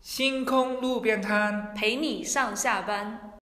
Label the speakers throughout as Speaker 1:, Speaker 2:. Speaker 1: 星空路边摊，
Speaker 2: 陪你上下班。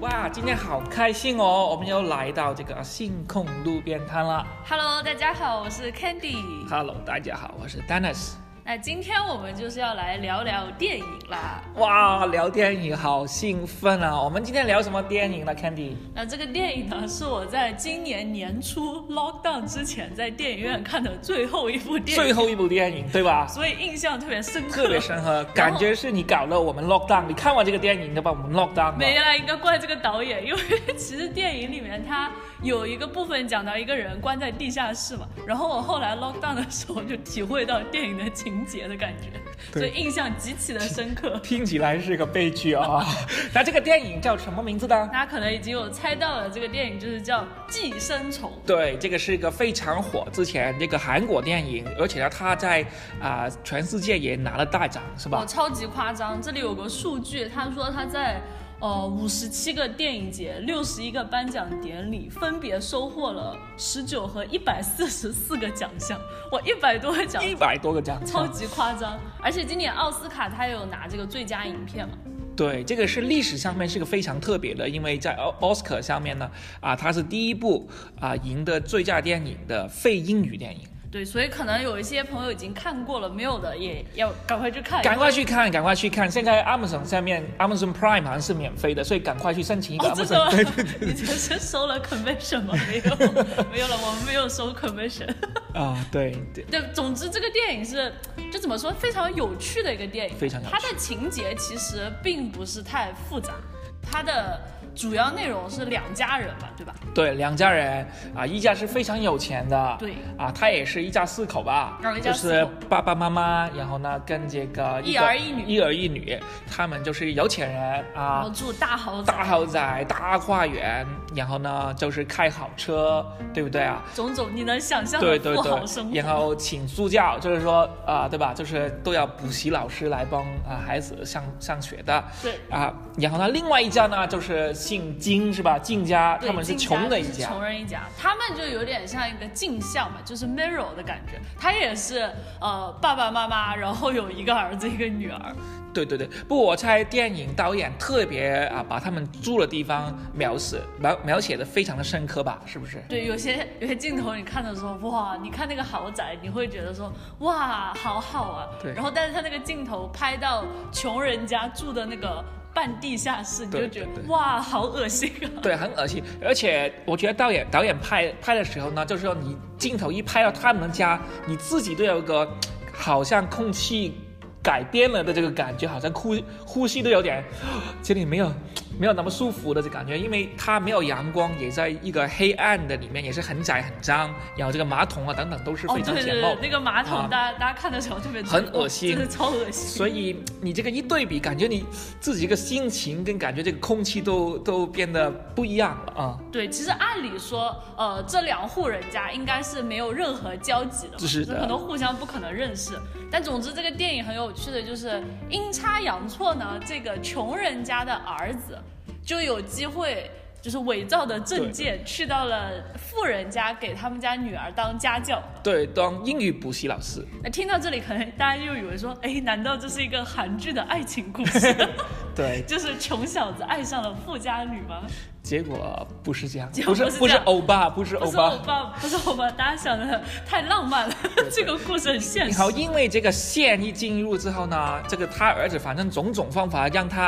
Speaker 1: 哇，今天好开心哦！我们又来到这个啊星空路边摊了。
Speaker 2: Hello，大家好，我是 Candy。
Speaker 1: Hello，大家好，我是 Dennis。
Speaker 2: 那今天我们就是要来聊聊电影啦。
Speaker 1: 哇，聊电影好兴奋啊！我们今天聊什么电影呢，Candy？
Speaker 2: 那这个电影呢，是我在今年年初 lockdown 之前在电影院看的最后一部电
Speaker 1: 最
Speaker 2: 影，
Speaker 1: 后一部电影对吧？
Speaker 2: 所以印象特别深刻。
Speaker 1: 特别深刻，感觉是你搞了我们 lockdown。你看完这个电影，你就把我们 lockdown 了。
Speaker 2: 没啦，应该怪这个导演，因为其实电影里面他有一个部分讲到一个人关在地下室嘛，然后我后来 lockdown 的时候就体会到电影的情节的感觉，所
Speaker 1: 对。
Speaker 2: 以印象极其的深刻
Speaker 1: 听起来是个悲剧啊、 那这个电影叫什么名字呢？
Speaker 2: 大家可能已经有猜到了，这个电影就是叫《寄生虫》。
Speaker 1: 对，这个是一个非常火，之前这个韩国电影，而且呢，它在啊、全世界也拿了大奖，是
Speaker 2: 哦，
Speaker 1: 吧？
Speaker 2: 超级夸张！这里有个数据，他说他在呃五十七个电影节、六十一个颁奖典礼，分别收获了十九和一百四十四个奖项，哇，一百多个奖
Speaker 1: 一百多个奖项，
Speaker 2: 超级夸张！而且今年奥斯卡他有拿这个最佳影片嘛？
Speaker 1: 对，这个是历史上面是个非常特别的，因为在奥奥斯卡上面呢，啊，它是第一部啊赢得最佳电影的非英语电影，
Speaker 2: 对，所以可能有一些朋友已经看过了，没有的也要赶快去看一下。
Speaker 1: 赶快去看，赶快去看！现在 Amazon 下面 Amazon Prime 好像是免费的，所以赶快去申请一个
Speaker 2: 哦，真的
Speaker 1: Amazon、
Speaker 2: 吗？你这是收了 commission 吗？没有， 没有了，我们没有收 commission。
Speaker 1: 啊，对对，
Speaker 2: 对，总之这个电影是，就怎么说，非常有趣的一个电影。
Speaker 1: 非常有趣
Speaker 2: 它的情节其实并不是太复杂，它的主要内容是两家人嘛，对吧？
Speaker 1: 对，两家人啊，一家是非常有钱的，
Speaker 2: 对
Speaker 1: 啊，他也是一家四口吧，
Speaker 2: 哦一家
Speaker 1: 就
Speaker 2: 四口
Speaker 1: 是爸爸妈妈，然后呢跟这个
Speaker 2: 一
Speaker 1: 个
Speaker 2: 儿一女哦
Speaker 1: 一儿一女，他们就是有钱人
Speaker 2: 然
Speaker 1: 啊
Speaker 2: 后，住大豪宅，
Speaker 1: 大豪宅、大花园，然后呢就是开好车，对不对啊？
Speaker 2: 种种你能想象
Speaker 1: 对
Speaker 2: 的
Speaker 1: 对
Speaker 2: 富豪生活。
Speaker 1: 对，然后请助教，就是说啊、对吧？就是都要补习老师来帮啊、孩子上上学的。
Speaker 2: 对
Speaker 1: 啊，然后呢，另外一家呢就是姓金是吧？金家，
Speaker 2: 对
Speaker 1: 他们是
Speaker 2: 进
Speaker 1: 穷的一
Speaker 2: 就是
Speaker 1: 家。
Speaker 2: 穷人一家，他们就有点像一个镜像嘛，就是 mirror 的感觉。他也是呃爸爸妈妈，然后有一个儿子一个女儿，
Speaker 1: 对对对，不，我猜电影导演特别啊，把他们住的地方描写描描写的非常的深刻吧，是不是？
Speaker 2: 对，有些有些镜头你看的时候，哇，你看那个豪宅，你会觉得说，哇，好好啊。
Speaker 1: 对
Speaker 2: 然后，但是他那个镜头拍到穷人家住的那个半地下室，你
Speaker 1: 对
Speaker 2: 就觉得
Speaker 1: 对对
Speaker 2: 哇，好恶心啊。
Speaker 1: 对，很恶心。而且我觉得导演导演拍拍的时候呢，就是说你镜头一拍到他们家，你自己都有一个好像空气改变了的这个感觉，好像呼呼吸都有点 这里没有没有那么舒服的这感觉，因为它没有阳光，也在一个黑暗的里面，也是很窄很脏，然后这个马桶啊等等都是
Speaker 2: 哦，
Speaker 1: 非
Speaker 2: 对
Speaker 1: 常
Speaker 2: 对
Speaker 1: 简
Speaker 2: 对
Speaker 1: 陋。
Speaker 2: 对，那个马桶，
Speaker 1: 啊
Speaker 2: 大家大家看的时候特别觉
Speaker 1: 很
Speaker 2: 得
Speaker 1: 恶
Speaker 2: 哇
Speaker 1: 心
Speaker 2: 真的超恶心。
Speaker 1: 所以你这个一对比，感觉你自己这个心情跟感觉这个空气都都变得不一样了啊，
Speaker 2: 对，其实按理说，呃，这两户人家应该是没有任何交集的嘛，
Speaker 1: 是的
Speaker 2: 可能互相不可能认识。但总之，这个电影很有趣的就是阴差阳错呢，这个穷人家的儿子就有机会。就是伪造的证件去到了富人家，给他们家女儿当家教。
Speaker 1: 对，当英语补习老师。
Speaker 2: 那听到这里，可能大家又以为说，哎，难道这是一个韩剧的爱情故事？
Speaker 1: 对，
Speaker 2: 就是穷小子爱上了富家女吗？
Speaker 1: 结果不是这样，
Speaker 2: 结
Speaker 1: 不
Speaker 2: 果
Speaker 1: 是
Speaker 2: 不是
Speaker 1: 不
Speaker 2: 这
Speaker 1: 是
Speaker 2: 样
Speaker 1: 欧巴，不是
Speaker 2: 不
Speaker 1: 欧
Speaker 2: 是欧
Speaker 1: 巴。
Speaker 2: 巴，不是欧巴，大家想的太浪漫了，这个故事很现
Speaker 1: 然
Speaker 2: 实
Speaker 1: 后。因为这个线一进入之后呢，这个他儿子反正种种方法让他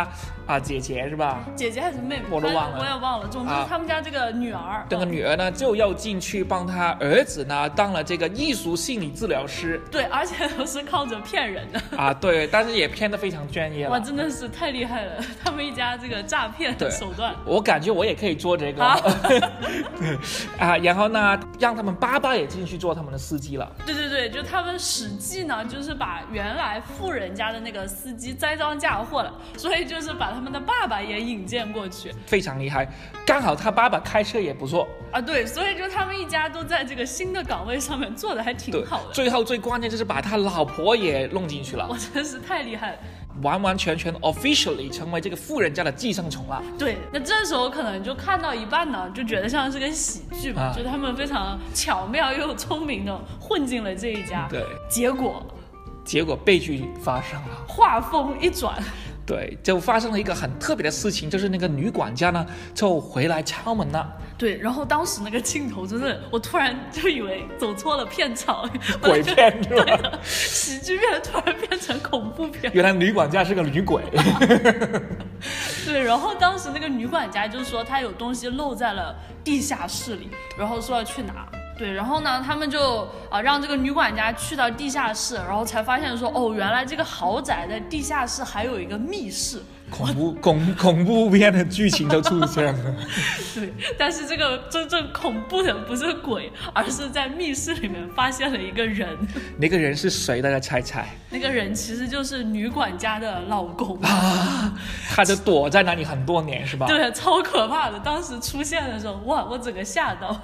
Speaker 1: 啊姐姐是吧？
Speaker 2: 姐姐还是妹妹，
Speaker 1: 我都忘了
Speaker 2: 我也忘了。总之
Speaker 1: 啊，
Speaker 2: 他们家这个女儿，
Speaker 1: 这个
Speaker 2: 嗯
Speaker 1: 女儿呢就要进去帮他儿子呢当了这个艺术心理治疗师
Speaker 2: 对，而且都是靠着骗人的，
Speaker 1: 啊，对，但是也骗得非常专业
Speaker 2: 哇，
Speaker 1: 了。
Speaker 2: 真的是太厉害了！ 他们一家这个诈骗
Speaker 1: 对
Speaker 2: 手段，
Speaker 1: 我感觉我也可以做这个
Speaker 2: 啊
Speaker 1: 啊，然后呢，让他们爸爸也进去做他们的司机了。
Speaker 2: 对对对，就他们《史记》呢，就是把原来富人家的那个司机栽赃嫁祸了，所以就是把他们的爸爸也引荐过去
Speaker 1: 非常厉害，刚好他爸爸开车也不错，
Speaker 2: 啊，对，所以就他们一家都在这个新的岗位上面做的还挺
Speaker 1: 对
Speaker 2: 好，的，
Speaker 1: 最后最关键就是把他老婆也弄进去了。
Speaker 2: 我真是太厉害了。
Speaker 1: 完完全全 officially 成为这个富人家的寄生虫了。
Speaker 2: 对，那这时候可能就看到一半呢，就觉得像是个喜剧嘛，
Speaker 1: 啊
Speaker 2: 就他们非常巧妙又聪明的混进了这一家，
Speaker 1: 对，
Speaker 2: 结果
Speaker 1: 结果悲剧发生了。
Speaker 2: 话锋一转，
Speaker 1: 对，就发生了一个很特别的事情，就是那个女管家呢就回来敲门 了，
Speaker 2: 对，然后当时那个镜头真的，我突然就以为走错了片场，
Speaker 1: 鬼 片是吧？
Speaker 2: 喜剧片突然变成恐怖片。
Speaker 1: 原来女管家是个女鬼。
Speaker 2: 对，然后当时那个女管家就说她有东西漏在了地下室里，然后说要去拿。对，然后呢，他们就啊让这个女管家去到地下室，然后才发现说哦，原来这个豪宅的地下室还有一个密室。
Speaker 1: 恐怖恐恐怖片的剧情就出现了，
Speaker 2: 对，但是这个真正恐怖的不是鬼，而是在密室里面发现了一个人，
Speaker 1: 那个人是谁？大家猜猜，
Speaker 2: 那个人其实就是女管家的老公。
Speaker 1: 他就躲在那里很多年，是吧？
Speaker 2: 对，超可怕的！当时出现的时候，哇，我整个吓到。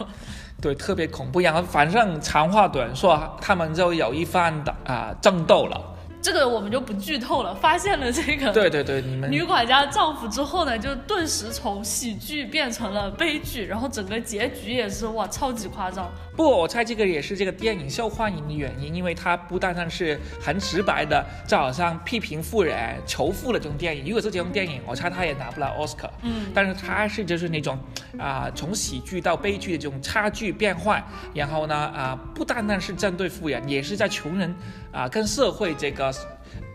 Speaker 1: 对，特别恐怖。然后反正长话短说，他们就有一番的啊、争斗了。
Speaker 2: 这个我们就不剧透了。发现了这个
Speaker 1: 对对对，你们
Speaker 2: 女管家丈夫之后呢，就顿时从喜剧变成了悲剧，然后整个结局也是哇，超级夸张。
Speaker 1: 不，我猜这个也是这个电影受欢迎的原因，因为它不单单是很直白的，就好像批评富人、仇富的这种电影。如果是这种电影，我猜它也拿不了奥斯卡。
Speaker 2: 嗯，
Speaker 1: 但是它是就是那种啊、从喜剧到悲剧的这种差距变换，然后呢啊、不单单是针对富人，也是在穷人啊、跟社会这个。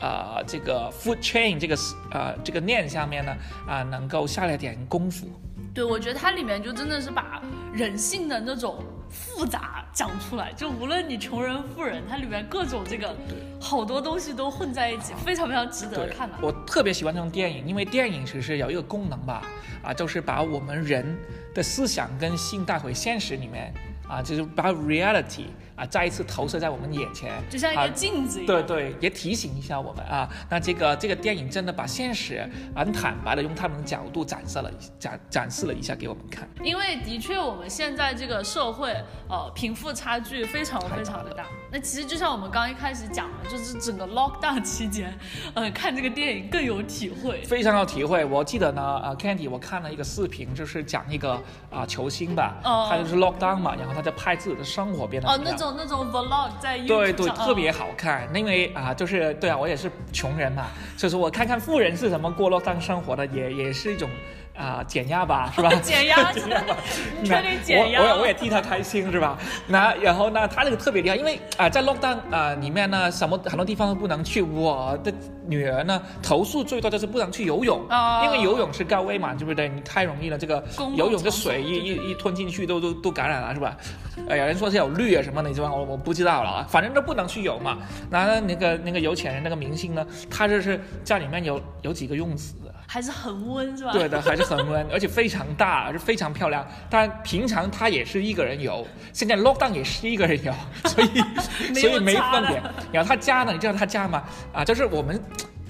Speaker 1: 啊、这个 food chain 这个呃这个链上面呢，啊、能够下了点功夫。
Speaker 2: 对，我觉得它里面就真的是把人性的那种复杂讲出来，就无论你穷人富人，它里面各种这个好多东西都混在一起，非常非常值得
Speaker 1: 对，
Speaker 2: 看的。啊
Speaker 1: 我特别喜欢这种电影，因为电影其实有一个功能吧，啊，就是把我们人的思想跟性带回现实里面，啊，就是把 reality 啊再一次投射在我们眼前，
Speaker 2: 就像一
Speaker 1: 啊
Speaker 2: 个镜子一样。
Speaker 1: 对对，也提醒一下我们啊。那这个这个电影真的把现实很坦白的用他们的角度展示了一展展示了一下给我们看。
Speaker 2: 因为的确，我们现在这个社会，呃，贫富差距非常非常的大。那其实就像我们刚一开始讲的，就是整个 lockdown 期间，呃，看这个电影更有体会。
Speaker 1: 非常有体会。我记得呢，呃，Candy，我看了一个视频，就是讲一个啊、球星吧，
Speaker 2: 哦
Speaker 1: 他就是 lockdown 嘛，然后他就拍自己的生活变得
Speaker 2: 哦，
Speaker 1: 怎么
Speaker 2: 那
Speaker 1: 样
Speaker 2: 种那种 vlog 在 YouTube
Speaker 1: 对对，
Speaker 2: 上？
Speaker 1: 特别好看，因为啊，就是对啊，我也是穷人嘛，所以说我看看富人是怎么过落当生活的，也也是一种啊减压吧，是吧
Speaker 2: 呃减 压真的你确定减压
Speaker 1: 我我也我也替他开心是吧？那然后呢，他这个特别厉害，因为啊、在 lockdown 啊、里面呢，什么很多地方都不能去。我的女儿呢，投诉最多就是不能去游泳，
Speaker 2: 哦
Speaker 1: 因为游泳是高危嘛，对不对？你太容易了，这个
Speaker 2: 公共
Speaker 1: 游泳这
Speaker 2: 场所
Speaker 1: 水一
Speaker 2: 对对
Speaker 1: 一一吞进去都都都感染了是吧？呃，有人说是有氯啊什么的，这玩意我我不知道了啊，反正都不能去游嘛。那那个那个有钱人那个明星呢，他就是家里面有有几个泳池。
Speaker 2: 还是恒温是吧？
Speaker 1: 对的，还是恒温，而且非常大，而且非常漂亮。但平常她也是一个人游，现在 lockdown 也是一个人游，所以
Speaker 2: 没有
Speaker 1: 所以没
Speaker 2: 差
Speaker 1: 分
Speaker 2: 了
Speaker 1: 别。然后她家呢，你知道她家吗？啊，就是我们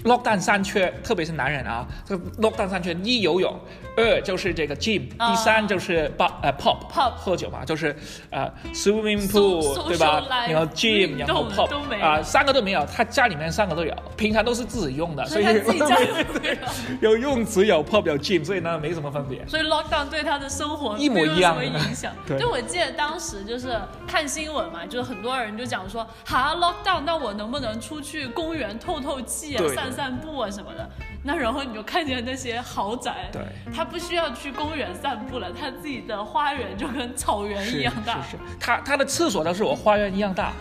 Speaker 1: lockdown 三缺，特别是男人啊，这个 lockdown 三缺：一游泳，二就是这个 gym，
Speaker 2: 啊
Speaker 1: 第三就是 pop 呃 pop
Speaker 2: pop
Speaker 1: 喝酒嘛，就是呃 swimming
Speaker 2: So-
Speaker 1: pool 对吧
Speaker 2: social？life，
Speaker 1: 然后 gym，
Speaker 2: 运
Speaker 1: 然后
Speaker 2: 动
Speaker 1: pop
Speaker 2: 都没有
Speaker 1: 啊、三个都没有，她家里面三个都有，平常都是自己用的，
Speaker 2: 所
Speaker 1: 所
Speaker 2: 以
Speaker 1: 以
Speaker 2: 他自己家
Speaker 1: 没
Speaker 2: 有没有
Speaker 1: 有泳池，有 pub，有 gym，所以呢没什么分别。
Speaker 2: 所以 lockdown 对他的生活
Speaker 1: 一模
Speaker 2: 没有
Speaker 1: 一样
Speaker 2: 什么影响。
Speaker 1: 对
Speaker 2: 就我记得当时就是看新闻嘛，就是很多人就讲说，哈 lockdown，那我能不能出去公园透透气啊
Speaker 1: 对、
Speaker 2: 散散步啊什么的？那然后你就看见那些豪宅，
Speaker 1: 对，
Speaker 2: 他不需要去公园散步了，他自己的花园就跟草原一样 大。
Speaker 1: 是是是，他他的厕所都是我花园一样 大，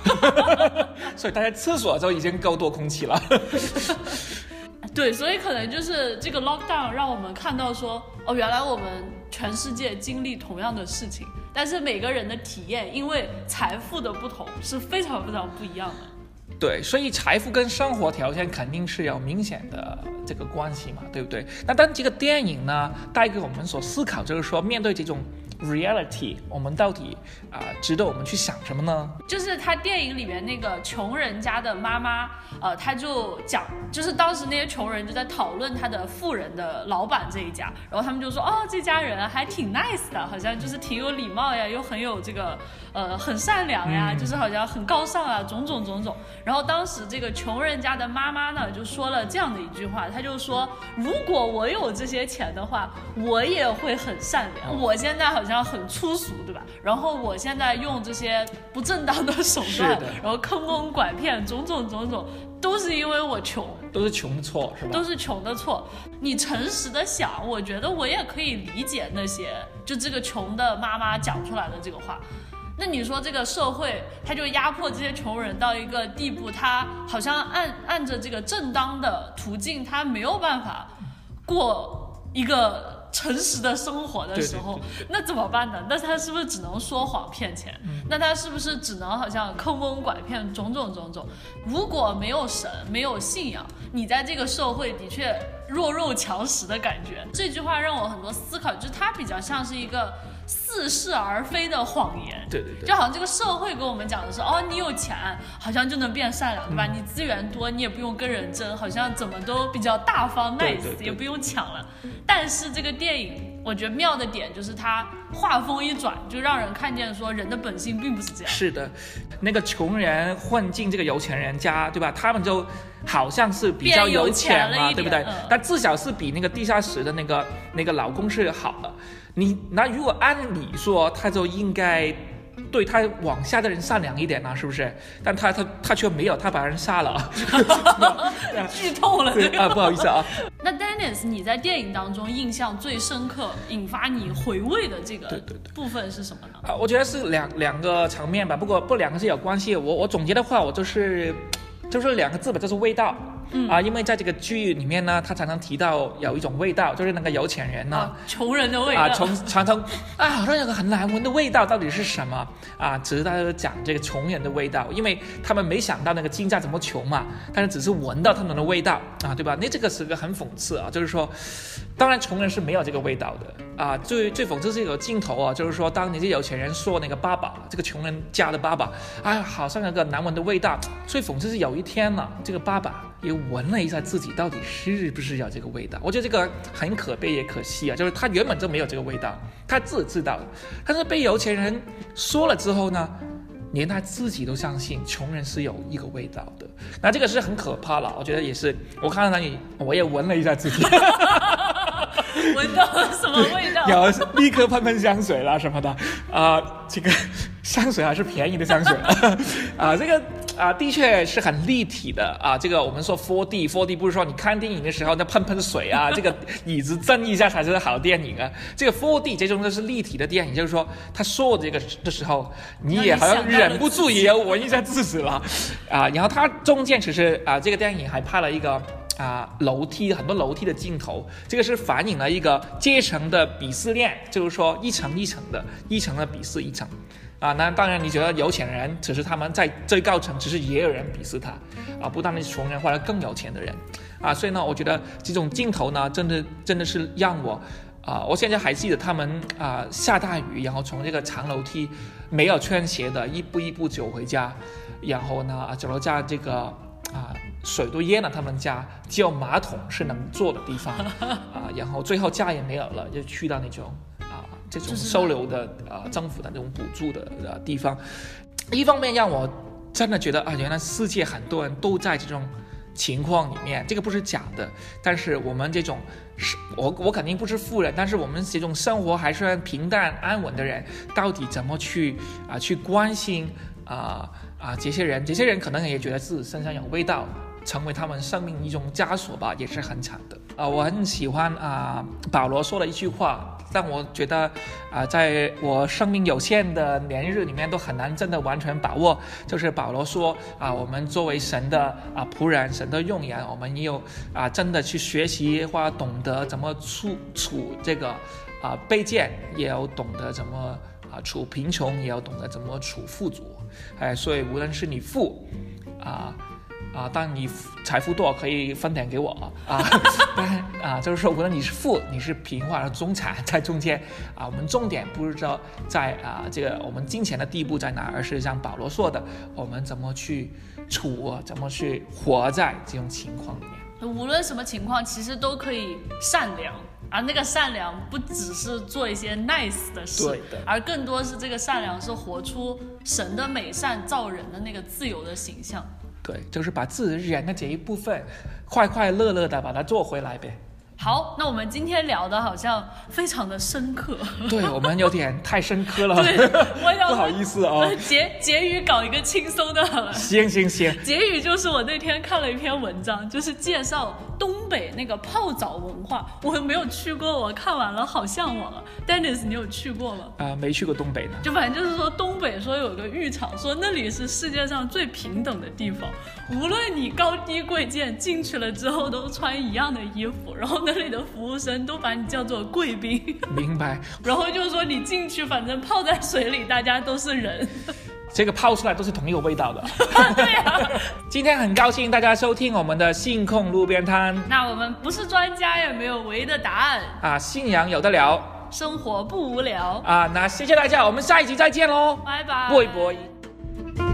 Speaker 1: 所以大家厕所都已经够多空气 了。
Speaker 2: 对，所以可能就是这个 lockdown 让我们看到说，哦，原来我们全世界经历同样的事情，但是每个人的体验因为财富的不同是非常非常不一样的。
Speaker 1: 对，所以财富跟生活条件肯定是有明显的这个关系嘛，对不对？那但这个电影呢，带给我们所思考就是说，面对这种 reality，我们到底啊、值得我们去想什么呢？
Speaker 2: 就是他电影里面那个穷人家的妈妈，呃，他就讲，就是当时那些穷人就在讨论他的富人的老板这一家，然后他们就说，哦，这家人还挺 nice 的，好像就是挺有礼貌呀，又很有这个，呃，很善良呀，就是好像很高尚啊，种种种种。然后当时这个穷人家的妈妈呢，就说了这样的一句话，她就说，如果我有这些钱的话，我也会很善良。
Speaker 1: 嗯
Speaker 2: 我现在好像很粗俗，对吧？然后我现在用这些不正当的手
Speaker 1: 是
Speaker 2: 段
Speaker 1: 的，
Speaker 2: 然后坑蒙拐骗，种种种种，都是因为我穷，
Speaker 1: 都是穷的错，是吧？
Speaker 2: 都是穷的错。你诚实的想，我觉得我也可以理解那些就这个穷的妈妈讲出来的这个话。那你说这个社会，它就压迫这些穷人到一个地步，他好像按按着这个正当的途径，他没有办法过一个诚实的生活的
Speaker 1: 对
Speaker 2: 时
Speaker 1: 对
Speaker 2: 候，那怎么办呢？那他是不是只能说谎骗钱？那他是不是只能好像坑蒙拐骗，种种种种？如果没有神，没有信仰，你在这个社会的确弱肉强食的感觉。这句话让我很多思考，就是它比较像是一个似是而非的谎言。
Speaker 1: 对对对
Speaker 2: 就好像这个社会跟我们讲的是，哦，你有钱，好像就能变善良，
Speaker 1: 嗯
Speaker 2: 对吧？你资源多，你也不用跟人争，好像怎么都比较大方 nice，
Speaker 1: 对对对
Speaker 2: 也不用抢了。但是这个电影，我觉得妙的点就是它画风一转，就让人看见说人的本性并不是这样。
Speaker 1: 是的，那个穷人混进这个有钱人家，对吧？他们就好像是比较
Speaker 2: 变有
Speaker 1: 钱
Speaker 2: 钱
Speaker 1: 嘛，
Speaker 2: 了一
Speaker 1: 对不对
Speaker 2: 点？嗯
Speaker 1: 但至少是比那个地下室的那个那个老公是好的。你那如果按理说，他就应该对他往下的人善良一点啊，是不是？但他他他却没有，他把人杀了。
Speaker 2: 剧透了这
Speaker 1: 对
Speaker 2: 个。
Speaker 1: 啊，不好意思啊。
Speaker 2: 那 Dennis，你在电影当中印象最深刻、引发你回味的这
Speaker 1: 对
Speaker 2: 个
Speaker 1: 对对
Speaker 2: 部分是什么呢？
Speaker 1: 啊，我觉得是两两个层面吧，不过不两个是有关系。我我总结的话，我就是就是两个字吧，就是味道。嗯啊，因为在这个剧里面呢，他常常提到有一种味道，就是那个有钱人呢。
Speaker 2: 啊，穷人的味道。
Speaker 1: 啊，从常常啊，好像有个很难闻的味道，到底是什么啊？只是大家都讲这个穷人的味道，因为他们没想到那个金价怎么穷嘛，但是只是闻到他们的味道啊，对吧？那这个是个很讽刺啊，就是说，当然穷人是没有这个味道的啊。最最讽刺是有镜头啊，就是说当你这有钱人说那个爸爸，这个穷人家的爸爸，哎呀，好像有个难闻的味道。最讽刺是有一天呢、这个爸爸也闻了一下自己到底是不是要这个味道。我觉得这个很可悲也可惜啊，就是他原本就没有这个味道，他自己知道的，但是被有钱人说了之后呢，连他自己都相信穷人是有一个味道的。那这个是很可怕了，我觉得也是。我看到那里，我也闻了一下自己。
Speaker 2: 闻到了什么味道？
Speaker 1: 有立刻喷喷香水啦什么的，啊、这个香水还是便宜的香水，啊、 这个啊、的确是很立体的啊、这个我们说 4D，4D 不是说你看电影的时候那喷喷水啊，这个椅子震一下才是好电影啊，这个 4D 这种就是立体的电影，就是说他说这个的时候，你也好像忍不住也要闻一下自己了，啊、然后它中间其实啊、这个电影还拍了一个。啊、楼梯很多楼梯的镜头，这个是反映了一个阶层的鄙视链，就是说一层一层的，一层的鄙视一层。啊，那当然，你觉得有钱人，只是他们在最高层，只是也有人鄙视他，啊，不单单是穷人或者更有钱的人，啊，所以呢，我觉得这种镜头呢，真的真的是让我，啊，我现在还记得他们啊下大雨，然后从这个长楼梯没有穿鞋的，一步一步走回家，然后呢，啊走到家这个啊，水都淹了他们家，只有马桶是能坐的地 方啊，然后最后家也没有了，就去到那种啊这种
Speaker 2: 就是
Speaker 1: 收留的啊政府的那种补助的呃地方，一方面让我真的觉得啊，原来世界很多人都在这种情况里面，这个不是假的，但是我们这种。是我我肯定不是富人，但是我们这种生活还算平淡安稳的人，到底怎么去啊、去关心啊啊、这些人？这些人可能也觉得自己身上有味道，成为他们生命一种枷锁吧，也是很惨的啊、我很喜欢啊、保罗说的一句话，让我觉得啊、在我生命有限的年日里面都很难真的完全把握。就是保罗说啊，我们作为神的啊仆人、神的用人，我们也有啊真的去学习或懂得怎么处处这个啊卑贱，也要懂得怎么啊处贫穷，也要懂得怎么处富足。哎，所以无论是你富啊啊，但你财富多少可以分点给我啊， 但啊，就是说无论你是富，你是贫或者是中产，在中间啊，我们重点不是说在啊这个我们金钱的地步在哪，而是像保罗说的，我们怎么去处，怎么去活在这种情况里面。
Speaker 2: 无论什么情况，其实都可以善良。而那个善良不只是做一些 nice 的事，
Speaker 1: 对的
Speaker 2: 而更多是这个善良是活出神的美善造人的那个自由的形象。
Speaker 1: 对，就是把自然的这一部分，快快乐乐的把它做回来呗。
Speaker 2: 好，那我们今天聊的好像非常的 深刻，
Speaker 1: 对我们有点太深刻了，
Speaker 2: 对，我想
Speaker 1: 不好意思啊。
Speaker 2: 结结语搞一个轻松的好了。
Speaker 1: 行行行，
Speaker 2: 结语就是我那天看了一篇文章，就是介绍东北那个泡澡文化，我没有去过，我看完了好向往啊。Dennis，你有去过吗？
Speaker 1: 啊、没去过东北呢。
Speaker 2: 就反正就是说，东北说有个浴场，说那里是世界上最平等的地方，无论你高低贵贱，进去了之后都穿一样的衣服，然后那里的服务生都把你叫做贵宾，
Speaker 1: 明白，
Speaker 2: 然后就是说你进去，反正泡在水里，大家都是人。 啊
Speaker 1: 这个泡出来都是同一个味道的。
Speaker 2: 对呀、
Speaker 1: 今天很高兴大家收听我们的信控路边摊
Speaker 2: 那我们不是专家，也没有唯一的答案，
Speaker 1: 啊，信仰有的聊
Speaker 2: 生活不无聊，
Speaker 1: 啊。那谢谢大家，我们下一集再见喽，
Speaker 2: 拜拜，
Speaker 1: 拜拜。